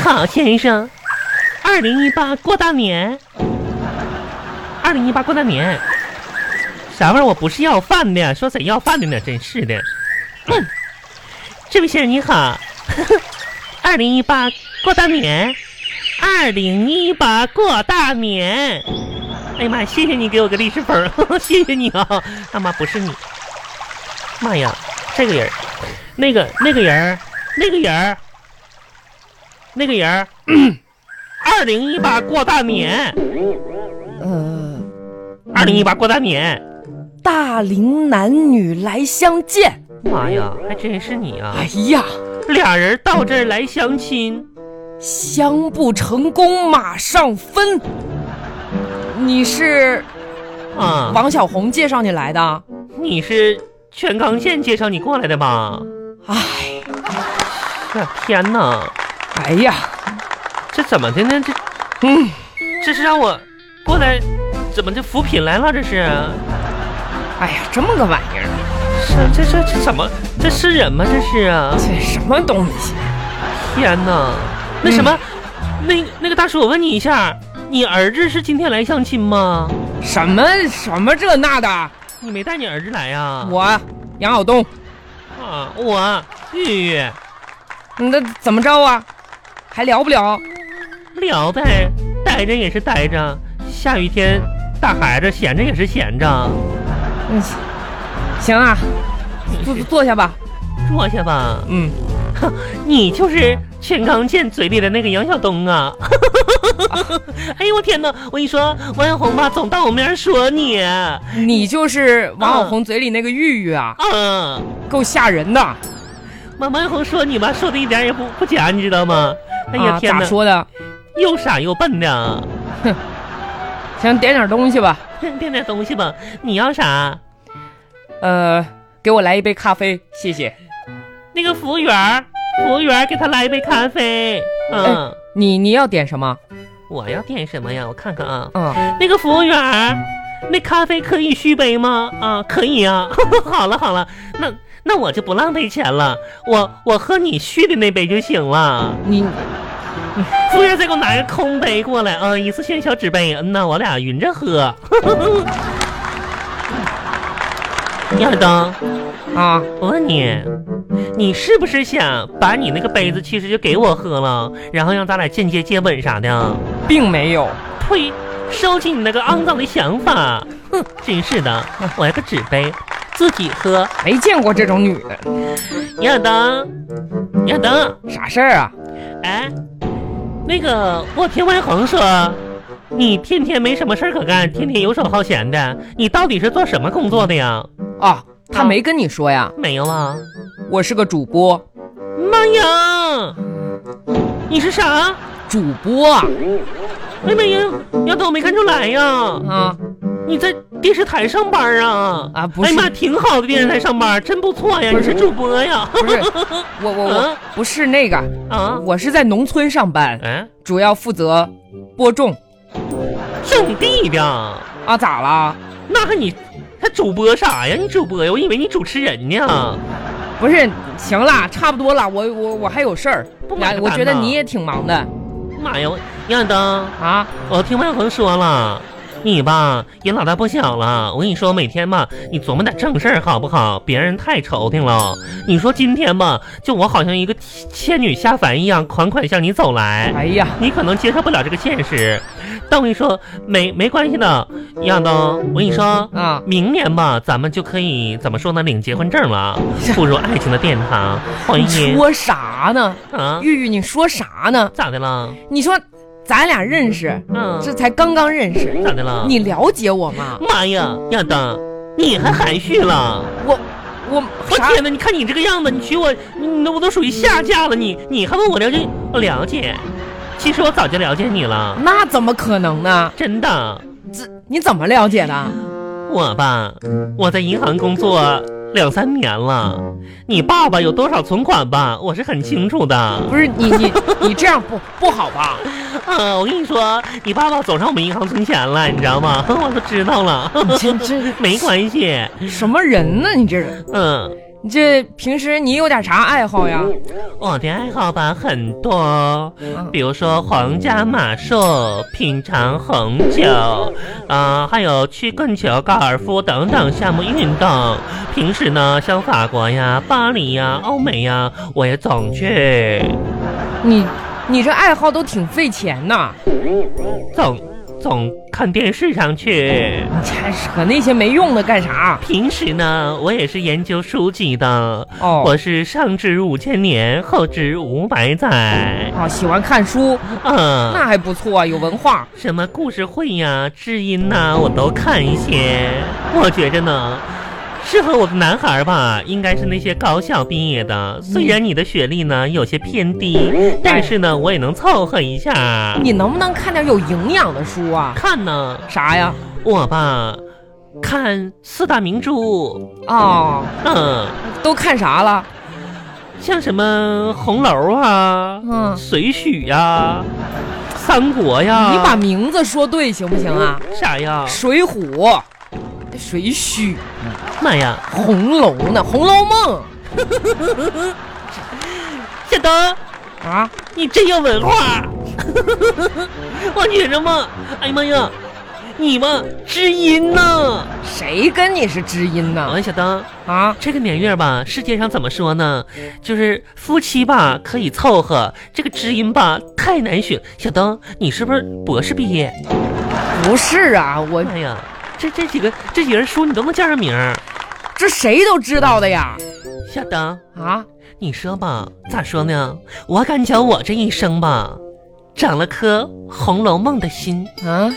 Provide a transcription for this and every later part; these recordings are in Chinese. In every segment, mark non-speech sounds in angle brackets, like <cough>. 好，先生。二零一八过大年，二零一八过大年，啥味儿？我不是要饭的，说谁要饭的呢？真是的。 <clears throat> 嗯、这位先生你好， <laughs> 二零一八过大年，二零一八过大年。哎呀妈呀！谢谢你给我个利是本儿， <laughs> 谢谢你啊、哦！大妈不是你，妈呀，这个人儿，那个那个人儿，那个人儿，那个人儿， <clears throat> 二零一八过大年，呃，二零一八过大年，大龄男女来相见。妈呀，还真是你啊！哎呀，俩人到这儿来相亲，相不成功马上分。你是啊，王小红介绍你来的？你是全康县介绍你过来的吧？哎，这天哪，哎呀，这怎么的呢？这嗯，这是让我过来，怎么这扶贫来了？这是，啊哎呀，这么个玩意儿，这这这这怎么？这是人吗？这是啊！这什么东西？天哪，嗯那什么，那那个大叔，我问你一下，你儿子是今天来相亲吗？什么什么这那的？你没带你儿子来呀、啊？我杨晓东，啊，我玉玉嗯那怎么着啊？还聊不聊？聊呗，待着也是待着，下雨天大孩子闲着也是闲着，嗯，行啊，坐坐下吧。坐下吧。嗯，你就是全康健嘴里的那个杨晓东啊！ <laughs> 哎呦我天哪！我跟你说，王小红吧，总当我面说你，啊你就是王小红嘴里那个玉玉啊，嗯，够吓人的。妈王小红说你吧，说的一点也不不假，你知道吗？哎呀啊，天咋哪，说的？又傻又笨的，行，点点东西吧。点点东西吧。你要啥？呃，给我来一杯咖啡，谢谢。那个服务员儿，服务员儿给他来一杯咖啡。嗯，你你要点什么？我要点什么呀？我看看啊。嗯，那个服务员儿，那咖啡可以续杯吗？啊，可以啊。 <laughs> 好了好了，那那我就不浪费钱了，我我喝你续的那杯就行了。你服务员再给我拿个空杯过来啊，一次性小纸杯。嗯呐，我俩匀着喝。 <laughs> 亚当，啊，我问你，你是不是想把你那个杯子其实就给我喝了，然后让咱俩间接接吻啥的？并没有。呸！收起你那个肮脏的想法！哼，真是的，我要个纸杯，自己喝。没见过这种女的，亚当，亚当，啥事儿啊？哎，那个，我听外恒说，你天天没什么事儿可干，天天游手好闲的，你到底是做什么工作的呀？啊，他啊没跟你说呀？没有啊？我是个主播，妈呀！你是啥？主播啊哎妈呀！亚当，我没看出来呀！啊！你在电视台上班啊？啊不是哎呀妈，挺好的电视台上班，真不错呀！不你是是主播呀？不是，我我我啊不是那个，啊？我是在农村上班，嗯，主要负责播种种地的，啊。咋啦？那还你还主播啥呀？你主播呀？我以为你主持人呢。不是，行啦，差不多了，我我我还有事儿不，买来，个我蛋觉得吧你也挺忙的妈呀，我亚当，啊。我听万恒说了。你吧也老大不小了，我跟你说，每天吧你琢磨点正事儿好不好？别人太愁挺了。你说今天吧，就我好像一个仙女下凡一样，款款向你走来。哎呀，你可能接受不了这个现实，但我跟你说，没没关系的，亚当，我跟你说，啊，明年吧，咱们就可以怎么说呢？领结婚证了，步入爱情的殿堂。欢你迎说啥呢？啊，玉玉，你说啥呢？咋的了？你说咱俩认识，嗯，这才刚刚认识，咋的了？你了解我吗？妈呀，亚当，你还含蓄了？我我我啥？天哪！你看你这个样子，你娶我，你你我都属于下嫁了。你你还问我了解？我了解，其实我早就了解你了，那怎么可能呢？真的。这你怎么了解的？我吧，我在银行工作两三年了，你爸爸有多少存款吧，我是很清楚的。不是你 <laughs> 你你这样不不好吧？嗯，我跟你说，你爸爸总上我们银行存钱了，你知道吗？ <laughs> 我都知道了，你这这 <laughs> 没关系。什么人呢？你这人，嗯，你这平时你有点啥爱好呀？我的爱好吧很多，比如说皇家马术、品尝红酒，啊、还有曲棍球、高尔夫等等项目运动。平时呢，像法国呀、巴黎呀、欧美呀，我也总去，你你这爱好都挺费钱呐，总总看电视上去。你这扯那些没用的干啥？平时呢，我也是研究书籍的，哦我是上至五千年，后至五百载，哦，喜欢看书，嗯。那还不错，啊有文化。什么故事会呀、知音呐、我都看一些。我觉着呢，适合我的男孩儿吧，应该是那些高校毕业的。虽然你的学历呢有些偏低，但是呢，我也能凑合一下。你能不能看点有营养的书啊？看呢，啥呀？我吧，看四大名著，哦，嗯，都看啥了？像什么《红楼》啊，嗯水浒》呀，《三国》呀，你把名字说对行不行啊？啥呀？《水浒》《水浒》妈呀， 《红楼》呢，《红楼梦小东。》啊，你真有文化， <laughs> 我觉着嘛，哎呀妈呀，你嘛知音呐！谁跟你是知音好呢？了，小当，啊，这个年月吧，世界上怎么说呢？就是夫妻吧可以凑合，这个知音吧太难寻。小当，你是不是博士毕业？不是啊，我哎呀，这这几个这几人书你都能叫上名儿。这谁都知道的呀。小当，啊，你说吧，咋说呢？我感觉我这一生吧，长了颗《红楼梦》的心。嗯，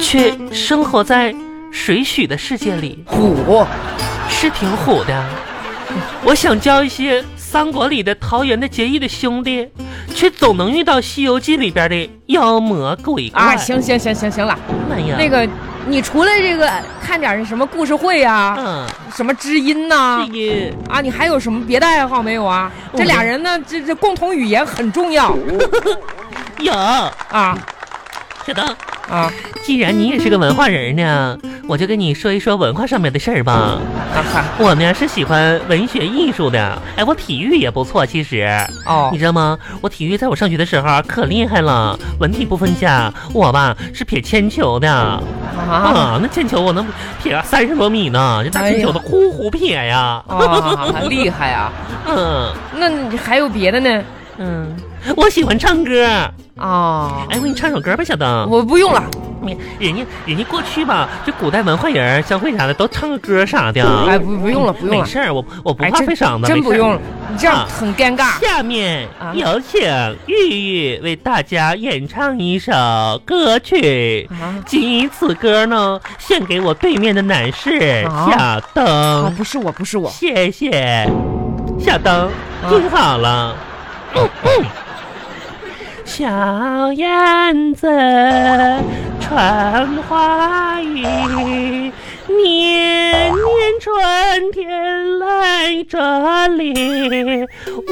却生活在水浒的世界里，虎，啊是挺虎的。我想交一些三国里的桃园的结义的兄弟，却总能遇到《西游记》里边的妖魔鬼怪。啊，，行行行行行了，妈呀，那个，你除了这个看点儿什么故事会呀、嗯，什么知音呐、这个啊，你还有什么别的爱好没有啊？我这俩人呢，这这共同语言很重要有啊小邓，啊既然你也是个文化人呢，我就跟你说一说文化上面的事儿吧。啊！我们呀是喜欢文学艺术的，哎，我体育也不错，其实。哦你，知道吗？我体育在我上学的时候啊可厉害了，文体不分家。我吧是撇铅球的啊啊那铅球我能撇三十多米呢，这大铅球都呼呼撇呀。哎啊，厉害啊！嗯那你还有别的呢？ <laughs> 嗯，我喜欢唱歌。啊，哎，我给你唱首歌吧，小灯。我不用了，你人家人家过去吧，就古代文化人相会啥的都唱个歌啥的。哎，不不用了，不用嗯没了，事儿，我我不哎，怕费真嗓子，真没事不儿用了，你这样啊很尴尬。下面啊有请玉玉为大家演唱一首歌曲。啊仅以此歌呢，献给我对面的男士啊小啊，灯，不是我，不是我，谢谢小灯，听好了。嗯嗯小燕子穿花衣，年年春天来这里。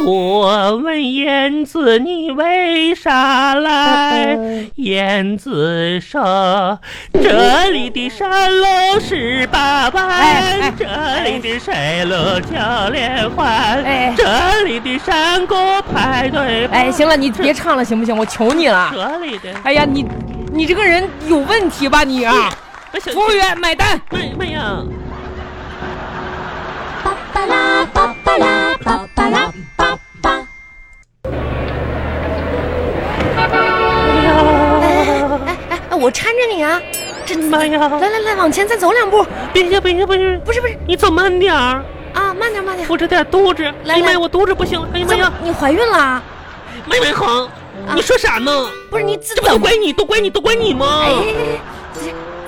我问燕子，你为啥来？燕子说：“这里的山路十八哎哎弯，这里的水路九连环哎哎，这里的山谷排队。”哎，行了，你别唱了，行不行？我求你了。这里的哎呀，你你这个人有问题吧你 <laughs> 啊！哎小服务员买单。妈妈呀！巴巴拉巴巴拉巴巴拉巴巴。哎哎哎，我搀着你啊！这妈呀！来来来，往前再走两步。别呀，别呀，不是不是不是你走慢点儿，啊，慢点慢点。扶着点肚子。来哎呀妈来呀，我肚子不行了。哎呀妈怎么呀，你怀孕了啊？妹妹好，你说啥呢？不是你怎这不都怎么？怪你，都怪你，都怪你吗哎，？这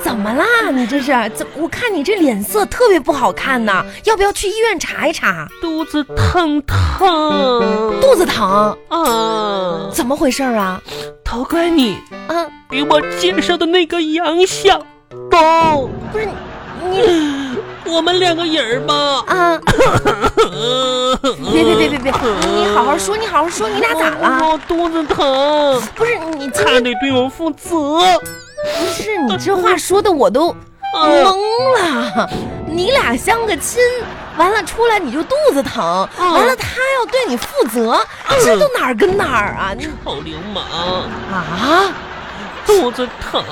怎么啦？你这是怎？我看你这脸色特别不好看呐，要不要去医院查一查？肚子疼疼肚子疼，啊！怎么回事儿啊？都怪你啊，给我介绍的那个杨小东，不是你我们两个人儿吧。啊！ <laughs> 别别别别别，你好好说，你好好说，你俩咋了？呃我肚子疼，不是你今他天得对我负责。嗯不是你这话说的我都啊懵了，你俩相个亲，完了出来你就肚子疼，嗯完了他要对你负责，这都哪儿跟哪儿啊？你臭流氓，嗯啊，肚子疼！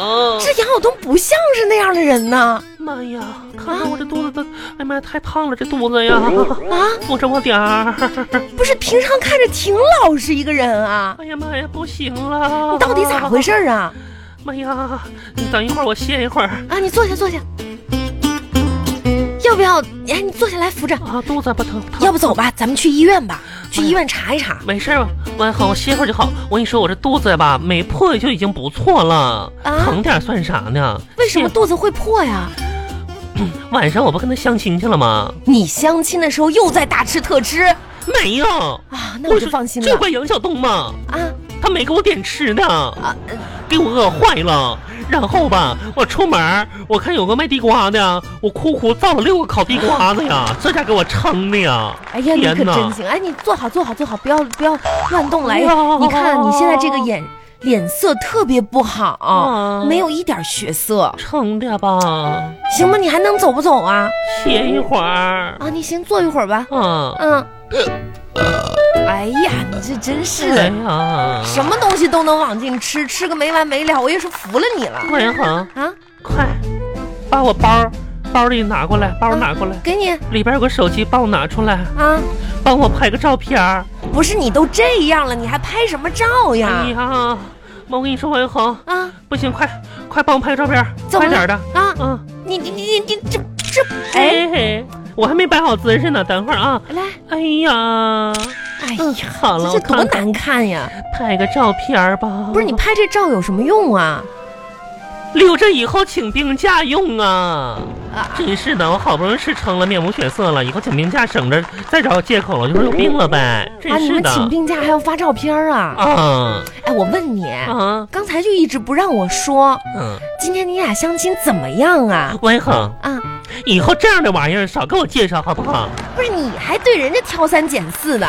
这杨晓东不像是那样的人呐！妈呀，看看我这肚子疼！哎呀妈呀，太胖了，这肚子呀，啊，扶着我点儿！不是平常看着挺老实一个人啊，哎呀妈呀，不行了！你到底咋回事？儿啊？妈呀，你等一会儿，我歇一会儿啊，你坐下坐下，要不要？哎，你坐下来扶着，啊，肚子不疼，疼要不走吧，咱们去医院吧，去哎呀医院查一查。没事吧？我好，我歇会儿就好。我跟你说，我这肚子吧没破就已经不错了，啊疼点儿算啥呢？为什么是肚子会破呀？晚上我不跟他相亲去了吗？你相亲的时候又在大吃特吃没有，啊？那我就是放心这了怪杨晓东嘛，啊他没给我点吃的，啊！给我饿坏了。然后吧，我出门儿，我看有个卖地瓜的，我哭哭造了六个烤地瓜子呀，这家给我撑的呀！哎呀，你天可哪真行！哎，你坐好，坐好，坐好，不要不要乱动来。呀你看你现在这个眼脸色特别不好，啊没有一点血色，撑的吧，行吗？你还能走不走啊？歇一会儿。啊，你先坐一会儿吧。啊，嗯。哎呀，你这真是哎的，呀，什么东西都能往进吃，吃个没完没了，我也是服了你了王元恒，啊！快把我包儿包里拿过来，嗯包拿过来，给你里边有个手机，帮我拿出来，啊，帮我拍个照片儿。不是你都这样了，你还拍什么照呀哎？呀，妈，我跟你说，王元恒，啊，不行，快快帮我拍个照片儿，怎快么了点儿的。啊，嗯，你你你你这这哎，哎嘿，我还没摆好姿势呢，等会儿啊。来，哎呀，哎嗯，呀，好了，这我多看看难看呀！嗯拍个照片儿吧。不是你拍这照有什么用啊？留着以后请病假用啊！啊，真是的，我好不容易是撑了，面无血色了，以后请病假省着再找借口了，就说有病了呗。啊，真你是们的。请病假还要发照片啊？啊哎，我问你，啊刚才就一直不让我说，嗯，今天你俩相亲怎么样啊？王一恒，啊，以后这样的玩意儿少给我介绍好不好？不是你还对人家挑三拣四的，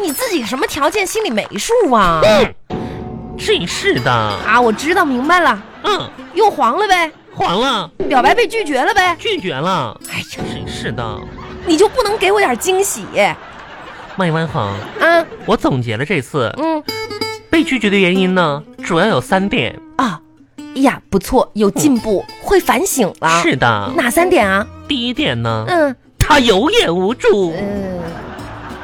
你自己什么条件心里没数啊？真是的，啊，我知道明白了，嗯，又黄了呗，黄了，表白被拒绝了呗。拒绝了，哎呀，真是的。你就不能给我点惊喜啊？麦一恒，我总结了这次嗯被拒绝的原因呢，主要有三点。啊，哎呀，不错，有进步，会反省了。是的，哪三点啊？第一点呢，嗯他有眼无珠，呃，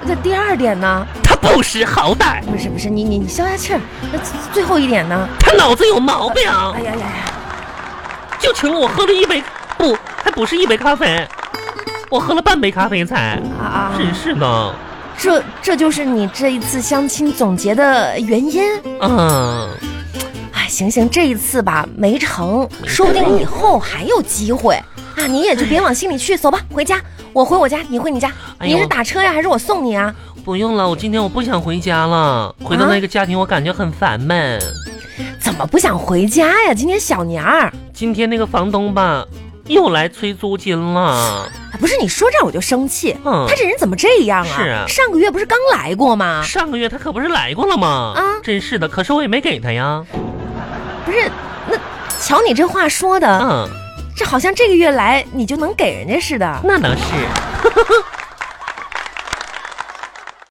那第二点呢？他不识好歹，不是不是，你你你消下气儿。那最最后一点呢？他脑子有毛病。哎呀呀呀，就请我喝了一杯，不，还不是一杯咖啡，我喝了半杯咖啡才。啊啊！真是的，这这就是你这一次相亲总结的原因。嗯。哎，行行，这一次吧没成，说不定以后还有机会啊！你也就别往心里去，走吧，回家。我回我家，你回你家。哎你呦是打车呀，还是我送你啊？不用了，我今天我不想回家了。回到那个家庭，我感觉很烦闷。怎么不想回家呀？今天小年儿，啊今天那个房东吧，又来催租金了。哎不是你说这我就生气。嗯他，这人怎么这样啊？是啊上个月不是刚来过吗？上个月他可不是来过了吗？啊真是的，可是我也没给他呀。不是，那瞧你这话说的，嗯，这好像这个月来你就能给人家似的。那倒是。